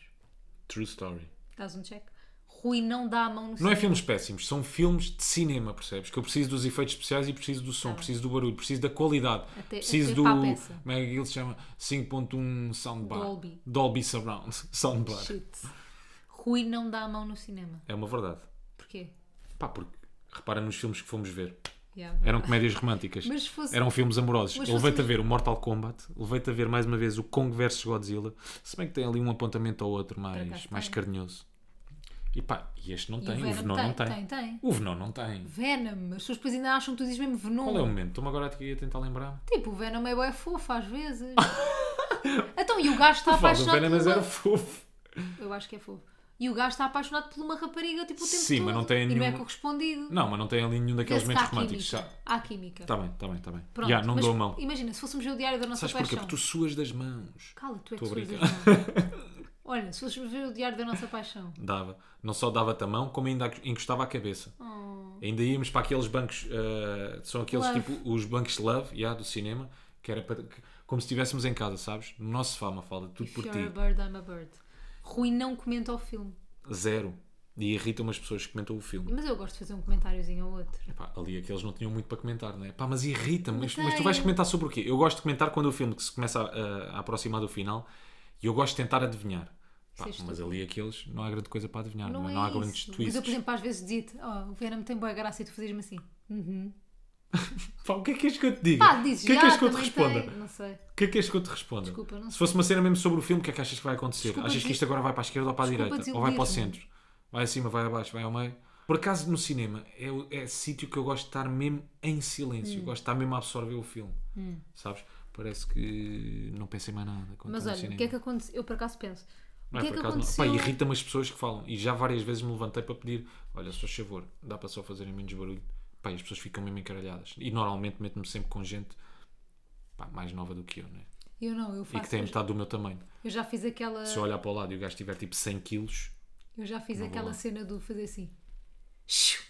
True story. Dás um check? Rui não dá a mão no Não cinema. é filmes péssimos, são filmes de cinema, percebes? Que eu preciso dos efeitos especiais e preciso do som, preciso do barulho, preciso da qualidade, Tá. Até- preciso até do. para a peça. Como é que ele se chama? 5.1 Soundbar. Dolby. Dolby Surround. <laughs> Soundbar. Shit. Rui não dá a mão no cinema. É uma verdade. Porquê? Pá, porque repara nos filmes que fomos ver. Yeah, Eram comédias românticas. Mas se fosse- Eram filmes amorosos. Mas Eu Levei-te a fosse- ver o Mortal Kombat, levei-te a ver mais uma vez o Kong vs Godzilla. Se bem que tem ali um apontamento ao outro mais, acaso mais tem. carinhoso. E pá, e este não E tem, o Venom não tem. Tem, tem. O Venom não tem. Venom. As pessoas depois ainda acham que tu dizes mesmo Venom. Qual é o momento? Estou-me agora aqui a tentar lembrar. Tipo, o Venom é bué fofo <laughs> às vezes. então, e o gajo está Faz o apaixonado Venom, por mas uma... era fofo. Eu acho que é fofo. E o gajo está apaixonado por uma rapariga tipo o tempo Sim, todo. mas não tem E não é nenhum- correspondido. Não, mas não tem ali nenhum daqueles Vê-se momentos que há química. românticos. Já- Há química. Tá bem, tá bem, tá bem. Pronto, Já, não mas dou a mão. Imagina, se fôssemos ver o diário da nossa Sabes porquê? paixão. Porque tu suas das mãos. Cala, tu é que Estou a suas brincar. <laughs> as mãos. Olha, se fôssemos ver o diário da nossa paixão. Dava. Não só dava-te a mão, como ainda encostava a cabeça. Oh, Ainda íamos para aqueles bancos, ah, são aqueles Love. tipo os bancos de love, yeah, do cinema, que era para, que- como se estivéssemos em casa, sabes? No nosso sofá, uma fala, tudo Oh, if por you're ti. a bird, I'm a bird. Rui não comenta o filme. Zero. E irritam as pessoas que comentam o filme. Mas eu gosto de fazer um comentáriozinho ao outro. Epá, ali aqueles não tinham muito para comentar, não é? Pá, mas irrita-me. Mas, Mas mas tu tem. vais comentar sobre o quê? Eu gosto de comentar quando o filme que se começa a, a- a aproximar do final e eu gosto de tentar adivinhar. Pá, Isso é mas estúpido. ali aqueles não há grande coisa para adivinhar, não, é? é não há isso. grandes Mas eu, por twists. exemplo, às vezes dizia-te, oh, o Venom tem boa graça e tu fazias-me assim. Uhum. Pá, o que é que és que eu te diga? Pá, dizes, o que é que "Ah, és que eu te também responda? tem", Não sei. O que é que és que eu te responda? Desculpa, não Se sei. fosse uma cena mesmo sobre o filme, o que é que achas que vai acontecer? Desculpa achas que de- isto agora vai para a esquerda ou para a Desculpa direita? Ou vai para o desiludir-me. centro? Vai acima, vai abaixo, vai ao meio? Por acaso, no cinema, é, o- é sítio que eu gosto de estar mesmo em Hum. silêncio. Gosto de estar mesmo a absorver o filme. Sabes? Parece que não pensei mais nada. quando Mas estou no olha, o que é que aconteceu? Eu por acaso penso. Não é o que é por que acaso, não. aconteceu? Pá, irrita-me as pessoas que falam. E já várias vezes me levantei para pedir: olha, se faz favor, dá para só fazerem menos barulho. Pá, e as pessoas ficam mesmo encaralhadas. E normalmente meto-me sempre com gente pá, mais nova do que eu, né? Eu não, eu E que faço. tem metade do meu tamanho. Eu já fiz aquela. Se eu olhar para o lado e o gajo tiver tipo 100 quilos. Eu já fiz Não vou aquela lá. cena do fazer assim. Shiu.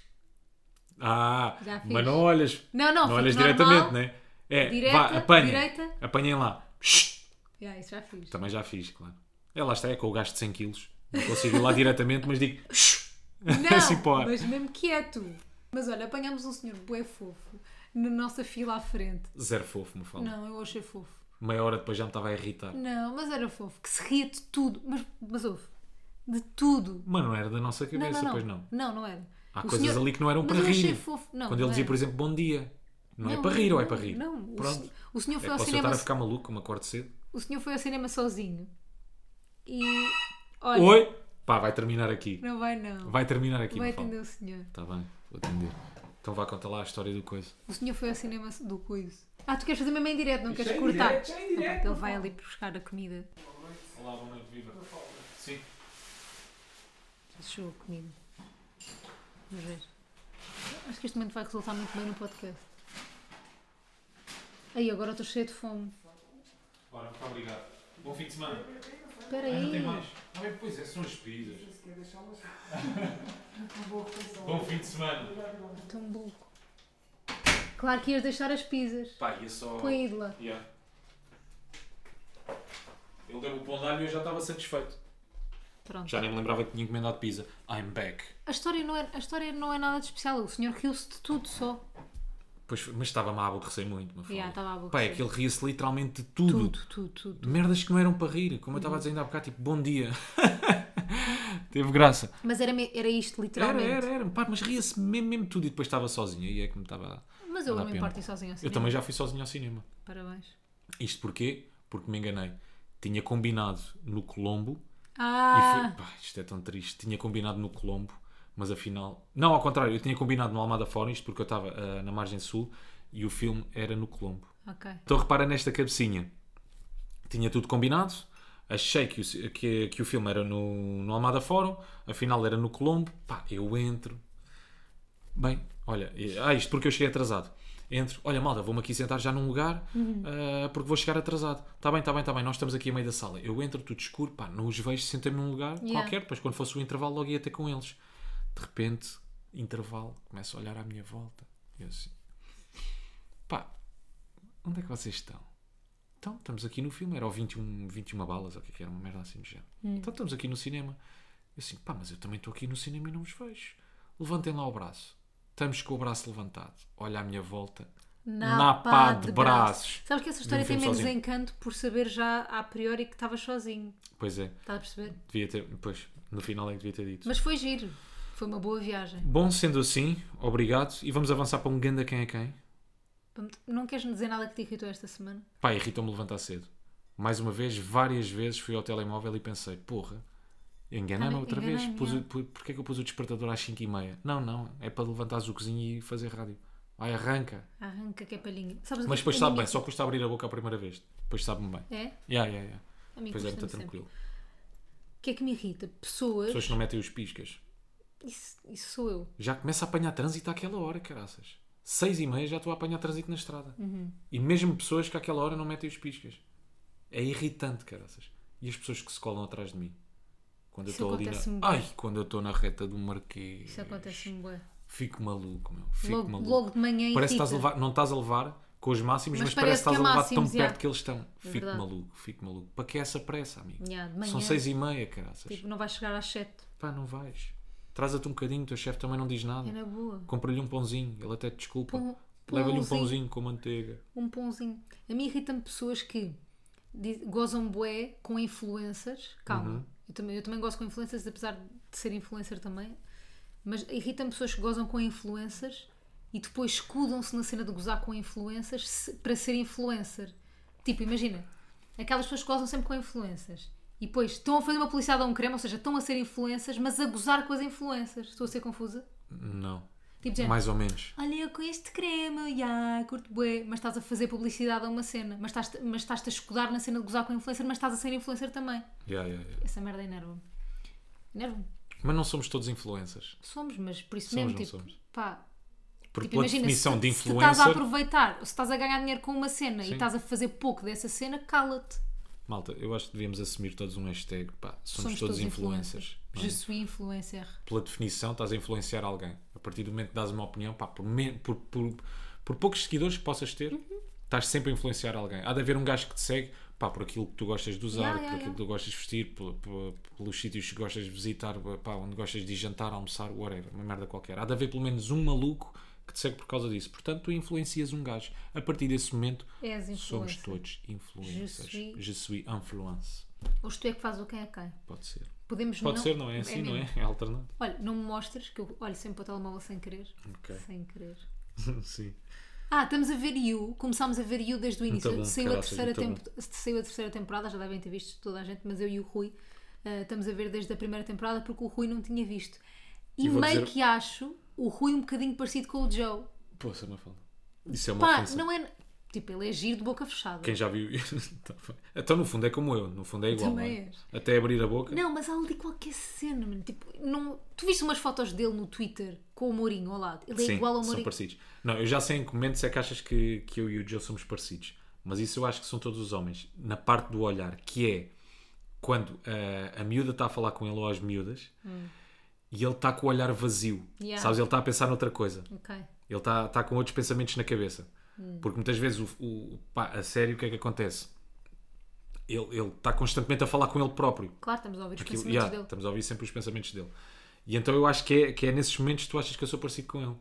Ah, Já fiz. mas não olhas. Não, não, Não olhas fico diretamente, normal. né? É, Direita, vá, apanhem. direita. Apanhem lá. Shhh. Já, isso já fiz. Também já fiz, claro. É lá está, é com o gajo de 100 quilos. Não consigo ir lá diretamente, mas digo. "Shhh." Não, assim para o ar. mas mesmo quieto. Mas olha, apanhámos um senhor bué fofo na nossa fila à frente. Zero fofo, me fala. Não, eu achei fofo. Meia hora depois já me estava a irritar. Não, mas era fofo, que se ria de tudo. Mas, mas houve. De tudo. Mas não era da nossa Não, cabeça, não, não. pois não. Não, não era. Há O coisas senhor- ali que não eram mas para eu achei rir. Fofo. Não, Quando ele não dizia, era. por exemplo, bom dia. Não, é Não, para rir ou é não, para rir? Não, o, Pronto. sen- o senhor É, foi ao posso eu cinema. estar a ficar maluco, me acordo cedo. O senhor foi ao cinema sozinho. E. Olha, Oi! Pá, vai terminar aqui. não vai não. Vai terminar aqui, Vai me fala. atender o senhor. Está Tá bem, vou atender. Então vá contar lá a história do coisa. O senhor foi ao cinema do coiso. Ah, tu queres fazer mesmo em direto, não queres é em cortar? direto, é em Então, direto, ele vai ali buscar a comida. Olá, boa noite, viva. Sim. Deixou a comida. Vamos ver. Acho que este momento vai resultar muito bem no podcast. Aí, agora eu estou cheia de fome. Ora, muito obrigado. Bom fim de semana. Ah, Espera aí. Não é, pois é, são as pizzas. <laughs> Bom fim de semana. Tão um buco. Claro que ias deixar as pizzas. Pá, ia só. Põe aí de lá. Yeah. Ele deu o pão de alho e eu já estava satisfeito. Pronto. Já nem me lembrava que tinha encomendado pizza. I'm back. A história, não é, a história não é nada de especial. O senhor riu-se de tudo só. Pois, foi, mas estava-me a aborrecer muito, uma Yeah, estava a Pá, aborrecer. é que ele ria-se literalmente de tudo. Tudo, tudo, tudo. De merdas que não eram para rir. Como eu estava a dizer ainda há bocado, tipo, bom dia. <laughs> Teve graça. Mas era, me- era isto, Era, literalmente. era, era. Pá, mas ria-se mesmo, mesmo tudo e depois estava sozinho. Aí é que me estava. Mas eu Não dá não me pena. importo ir sozinho ao Eu cinema. também já fui sozinho ao cinema. Parabéns. Isto porquê? Porque me enganei. Tinha combinado no Colombo E Ah! foi, pá, isto é tão triste. Tinha combinado no Colombo, mas afinal. Não, ao contrário, eu tinha combinado no Almada Fórum, isto porque eu estava ah, na margem sul e o filme era no Colombo. Ok. Então repara nesta cabecinha. Tinha tudo combinado, achei que o, ci- que, que o filme era no, no Almada Fórum, afinal era no Colombo. Pá, eu entro. Bem, olha, e- ah, isto porque eu cheguei atrasado. Entro, olha malda, vou-me aqui sentar já num lugar ah, porque vou chegar atrasado. Está bem, está bem, está bem, nós estamos aqui a meio da sala. Eu entro, tudo escuro, pá, não os vejo, sentei-me num lugar Yeah. qualquer, depois quando fosse o intervalo logo ia ter com eles. De repente, intervalo, começo a olhar à minha volta. E eu assim, pá, onde é que vocês estão? Então, estamos aqui no filme, era o 21, 21 balas, ou o que é que era, uma merda assim do género. Então, estamos aqui no cinema. Eu assim, pá, mas eu também estou aqui no cinema e não os vejo. Levantem lá o braço. Estamos com o braço levantado. Olha à minha volta. Na pá de braços. Sabes que essa De história um tem filme menos sozinho. encanto por saber já a priori que estavas sozinho. Pois é, Estás a perceber? devia ter, pois, no final é que devia ter dito. Mas foi giro. Foi uma boa viagem. Bom, sendo assim, obrigado. E vamos avançar para um ganda quem é quem. Não queres me dizer nada que te irritou esta semana? Pá, irritou-me levantar cedo. Mais uma vez, várias vezes fui ao telemóvel e pensei, porra, enganei-me Ah, outra vez. enganei-me, Pus, o- é. pu- porquê que eu pus o despertador às 5h30? Não, não, é para levantares o cozinho e fazer rádio. Vai, arranca. Arranca que é palhinha. Sabes o Mas que depois é sabe bem, palhinha? só custa abrir a boca a primeira vez. Depois sabe-me bem. É? Yeah, yeah, yeah. A mim Depois é muito custa-me sempre. tranquilo. O que é que me irrita? Pessoas. Pessoas que não metem os piscas. Isso, isso sou eu. Já começa a apanhar trânsito àquela hora, caraças. Seis e meia já estou a apanhar trânsito na estrada. Uhum. E mesmo pessoas que àquela hora não metem os piscas. É irritante, caraças. E as pessoas que se colam atrás de mim. Quando Isso eu estou ali na... acontece-me bué. Ai, quando eu estou na reta do Marquês. Isso acontece-me bué. Fico maluco, meu. Fico Logo, maluco. logo de manhã tipo, Parece que irrita. estás a levar, não estás a levar com os máximos, mas, Mas parece que parece estás a que é levar máximos, tão já. perto que eles estão. Fico verdade. maluco, fico maluco. Para que é essa pressa, amigo? Ya, de manhã. São seis e meia, caraças. Tipo, não vais chegar às sete. Pá, não vais. Traz-te um bocadinho, o teu chefe também não diz nada. É na boa. Compra-lhe um pãozinho, ele até te desculpa. Pão- Leva-lhe um pãozinho. pãozinho com manteiga. um pãozinho. A mim irritam pessoas que diz- gozam bué com influencers. Calma, eu, também, eu também gozo com influencers, apesar de ser influencer também. Mas irritam pessoas que gozam com influencers e depois escudam-se na cena de gozar com influencers se- para ser influencer. Tipo, imagina, aquelas pessoas que gozam sempre com influencers e depois estão a fazer uma publicidade a um creme, ou seja, estão a ser influencers, mas a gozar com as influencers. Estou a ser confusa? Não. Tipo, de género, Mais ou menos. Olha, eu com este creme, ya, curto bué. Mas estás a fazer publicidade a uma cena. Mas estás- mas estás-te a escudar na cena de gozar com influencer, mas estás a ser influencer também. Yeah, yeah, yeah. Essa merda enerva-me. Enerva-me. Mas não somos todos influencers. Somos, mas por isso Somos, mesmo, não tipo, somos. pá, Porque tipo, pela imagina, definição se, de se tu estás a influencer. aproveitar, ou se estás a ganhar dinheiro com uma cena e Sim. estás a fazer pouco dessa cena, cala-te. Malta, eu acho que devíamos assumir todos um hashtag. Pá, somos, Somos todos, todos influencers. não é? Je suis influencer. Pela definição, estás a influenciar alguém. A partir do momento que dás uma opinião, pá, por, me- por- por- por poucos seguidores que possas ter, estás sempre a influenciar alguém. Há de haver um gajo que te segue, pá, por aquilo que tu gostas de usar, Yeah, por yeah, aquilo yeah. que tu gostas de vestir, por- por- pelos sítios que gostas de visitar, pá, onde gostas de ir jantar, almoçar, whatever, uma merda qualquer. Há de haver pelo menos um maluco que te segue por causa disso. Portanto, tu influencias um gajo. A partir desse momento, És somos influencer. todos influencers. Je suis- Je suis influence. Hoje tu é que fazes o quem é quem. Pode ser. Podemos Pode não... ser, não é assim, não é? mesmo. É alternado. Olha, não me mostres, que eu olho sempre para o telemóvel sem querer. Ok. Sem querer. <laughs> Sim. Ah, estamos a ver You. Começámos a ver You desde o início. bom, saiu, a caraças, terceira muito tempo- saiu a terceira temporada, já devem ter visto toda a gente, mas eu e o Rui ah, estamos a ver desde a primeira temporada porque o Rui não tinha visto. E, E vou meio dizer- que acho o Rui um bocadinho parecido com o Joe. Poxa, uma fala. Isso é uma Pá, ofensa. não é. Tipo, ele é giro de boca fechada. Quem já viu. <laughs> Tá bem. então, no fundo, é como eu. No fundo, é igual. Também não é? és. Até abrir a boca. Não, mas há ali qualquer cena, mano. Tipo, não... tu viste umas fotos dele no Twitter com o Mourinho ao lado? Ele é Sim, igual ao são Mourinho. parecidos. Não, eu já sei em que momento se é que achas que, que eu e o Joe somos parecidos. Mas isso eu acho que são todos os homens. Na parte do olhar, que é quando ah, a miúda está a falar com ele ou as miúdas e ele está com o olhar vazio. Hum. Yeah. Sabes? Ele está a pensar noutra coisa. Ok. Ele está tá com outros pensamentos na cabeça. Porque muitas vezes, o, o- pá, a sério, o que é que acontece? Ele está constantemente a falar com ele próprio. Claro, estamos a ouvir os Aquilo- pensamentos yeah, tá dele. Estamos a ouvir sempre os pensamentos dele. E então eu acho que é, que é nesses momentos que tu achas que eu sou parecido com ele.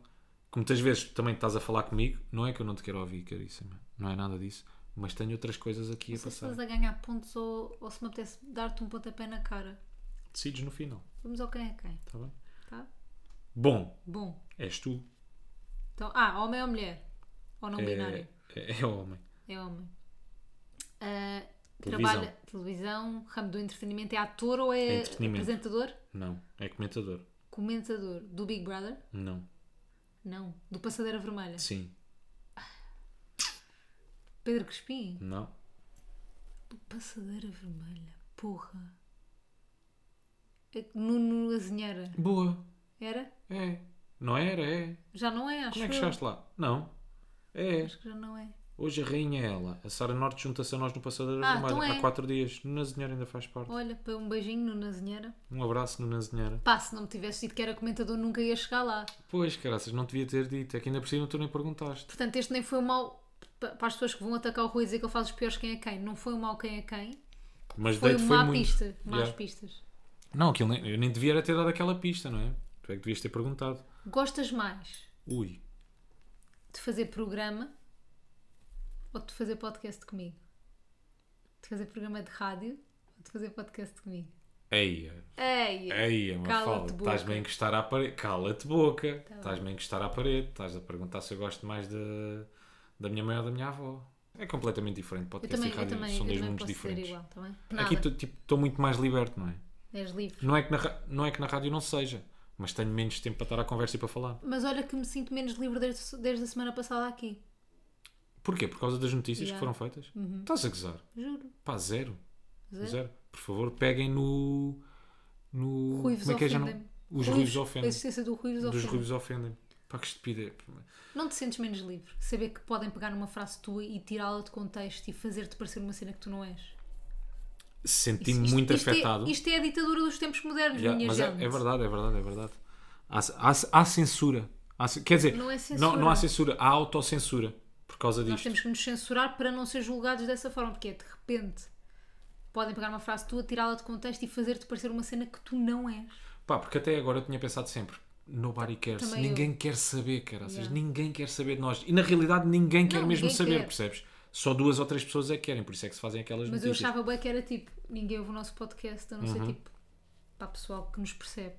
Que muitas vezes tu também estás a falar comigo, não é que eu não te quero ouvir, caríssima, não é nada disso, mas tenho outras coisas aqui a Não sei se passar. estás a ganhar pontos ou, ou se me apetece dar-te um pontapé na cara. Decides no final, Vamos ao quem é quem, está bem? tá? Bom, Bom. és tu. Então, ah, homem ou mulher? Ou não É, binário? é, é homem. É homem. Ah, Televisão. Trabalha televisão, ramo do entretenimento. É ator ou é, É entretenimento. apresentador? Não, é comentador. Comentador do Big Brother? Não. Não. Do Passadeira Vermelha? Sim. Pedro Crespim? Não. Do Passadeira Vermelha? Porra. É que Nuno Azinheira? Boa. Era? É. Não era, é. Já não é, acho Como é que eu. chegaste lá? Não. É. Acho que já não é. Hoje a rainha é ela. A Sara Norte junta-se a nós no Passadeira Ah, Vermelha. então é. Há quatro dias. Nuna Zinheira ainda faz parte. Olha, para um beijinho, Nuno Azinheira. Um abraço, Nuna Zinheira. Pá, se não me tivesse dito que era comentador, nunca ia chegar lá. Pois, caraças, não devia ter dito. É que ainda por cima tu nem perguntaste. Portanto, este nem foi o mal pa- para as pessoas que vão atacar o Rui e dizer que ele faz os piores quem é quem. Não foi o mal quem é quem. Mas Foi dei-te uma foi má muito. pista. Más Yeah. pistas. Não, aquilo nem, eu nem devia era ter dado aquela pista, não é? Tu é que devias ter perguntado. Gostas mais Ui, de fazer programa ou de fazer podcast comigo? De fazer programa de rádio ou de fazer podcast comigo? eia, Ei! eia, É. Cala-te Mafalda, é boca. Tá estás-me a encostar à parede. Cala-te boca, estás-me a encostar à parede, estás a perguntar se eu gosto mais da, da minha mãe ou da minha avó. É completamente diferente, Eu podcast também, e eu rádio também, são eu dois também mundos posso ser diferentes. igual, também. Aqui Nada, estou muito mais liberto, não é? és livre. Não é, que na, ra- não é que na rádio não seja, mas tenho menos tempo para estar à conversa e para falar. Mas olha que me sinto menos livre desde, desde a semana passada aqui. Porquê? Por causa das notícias Yeah. que foram feitas? Estás a gozar? Juro. Pá, zero. Zero? zero. Por favor, peguem no. no Ruivos como é que é já não? ofendem. Os ruivos A ofendem. existência do ruivos Dos ofendem. ruivos ofendem. Pá, que estupidez. Não te sentes menos livre? Saber que podem pegar numa frase tua e tirá-la de contexto e fazer-te parecer uma cena que tu não és. Senti-me Isto- muito isto é- afetado. isto é a ditadura dos tempos modernos, Já, minha mas é, gente. é verdade, é verdade, é verdade. Há, há- há censura. Há ce- quer dizer, Não é censura. não, não há censura, há autocensura por causa Nós disto. temos que nos censurar para não ser julgados dessa forma, porque é de repente podem pegar uma frase tua, tirá-la de contexto e fazer-te parecer uma cena que tu não és. Pá, porque até agora eu tinha pensado sempre. Nobody cares. Também eu. Ninguém quer saber, caraças. Yeah. Ninguém quer saber de nós. E na realidade ninguém quer Não, mesmo ninguém saber, quer. percebes? Só duas ou três pessoas é que querem, por isso é que se fazem aquelas Mas eu notícias. Uhum. achava bem que era tipo, ninguém ouve o nosso podcast, a não ser tipo para pessoal que nos percebe.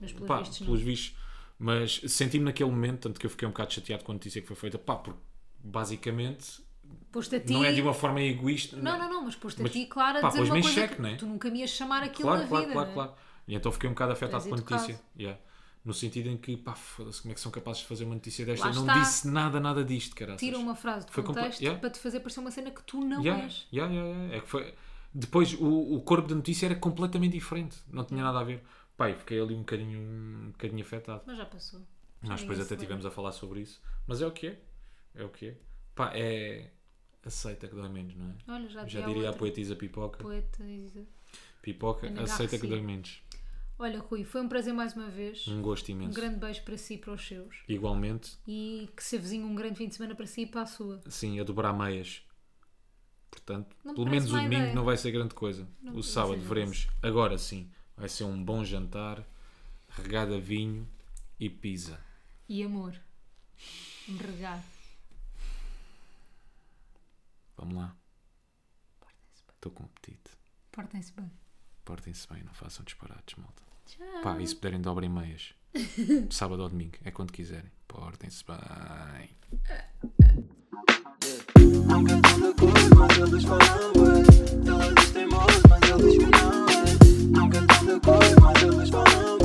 Mas pelos Pá, vistos não. pelos vistos, Mas senti-me naquele momento, tanto que eu fiquei um bocado chateado com a notícia que foi feita, pá, porque basicamente Pôs-te a ti. não é de uma forma egoísta. Não, não, não, mas pôs-te a Mas, ti, claro, a pá, dizer uma pôs-me em coisa xeque, que né? tu nunca me ias chamar aquilo Claro, da claro, vida. claro, né? claro. E então fiquei um bocado afetado Mas é com a educado. notícia. Yeah. No sentido em que, pá, foda-se, como é que são capazes de fazer uma notícia desta? Lá Eu não está. disse nada, nada disto, cara. Tira uma frase de Foi comple- contexto yeah. para te fazer parecer uma cena que tu não Yeah, és. yeah, yeah, yeah. É que foi... Depois o, o corpo da notícia era completamente diferente, não tinha nada a ver. Pai, fiquei ali um bocadinho, um bocadinho afetado. Mas já passou. Já Nós depois ninguém se até lembra. estivemos a falar sobre isso, mas é o que é. É o que é. Pá, é. Aceita que dói menos, não é? Olha, já, Já dizia diria a outra. É poetisa pipoca. poeta. Isa. Pipoca, Ana aceita que Garcia. dói menos. Olha, Rui, foi um prazer mais uma vez. Um gosto Um imenso. grande beijo para si e para os seus. Igualmente, E que se avizinhe um grande fim de semana para si e para a sua. sim, a dobrar meias. Portanto, Não me pelo parece menos o má domingo ideia. não vai ser grande coisa. Não o parece sábado nada. veremos. Agora sim, vai ser um bom jantar, regado a vinho e pizza. E amor. Um Me regar. Vamos lá. Estou com apetite. Portem-se bem. Portem-se bem, não façam disparates, malta. Tchau. Pá, e se puderem dobrem meias. Sábado ou domingo, é quando quiserem. Portem-se bem. Nunca estão de acordo, mas eles falam bué. Eles têm modos, mas eles que não é. Nunca estão de acordo, mas eles falam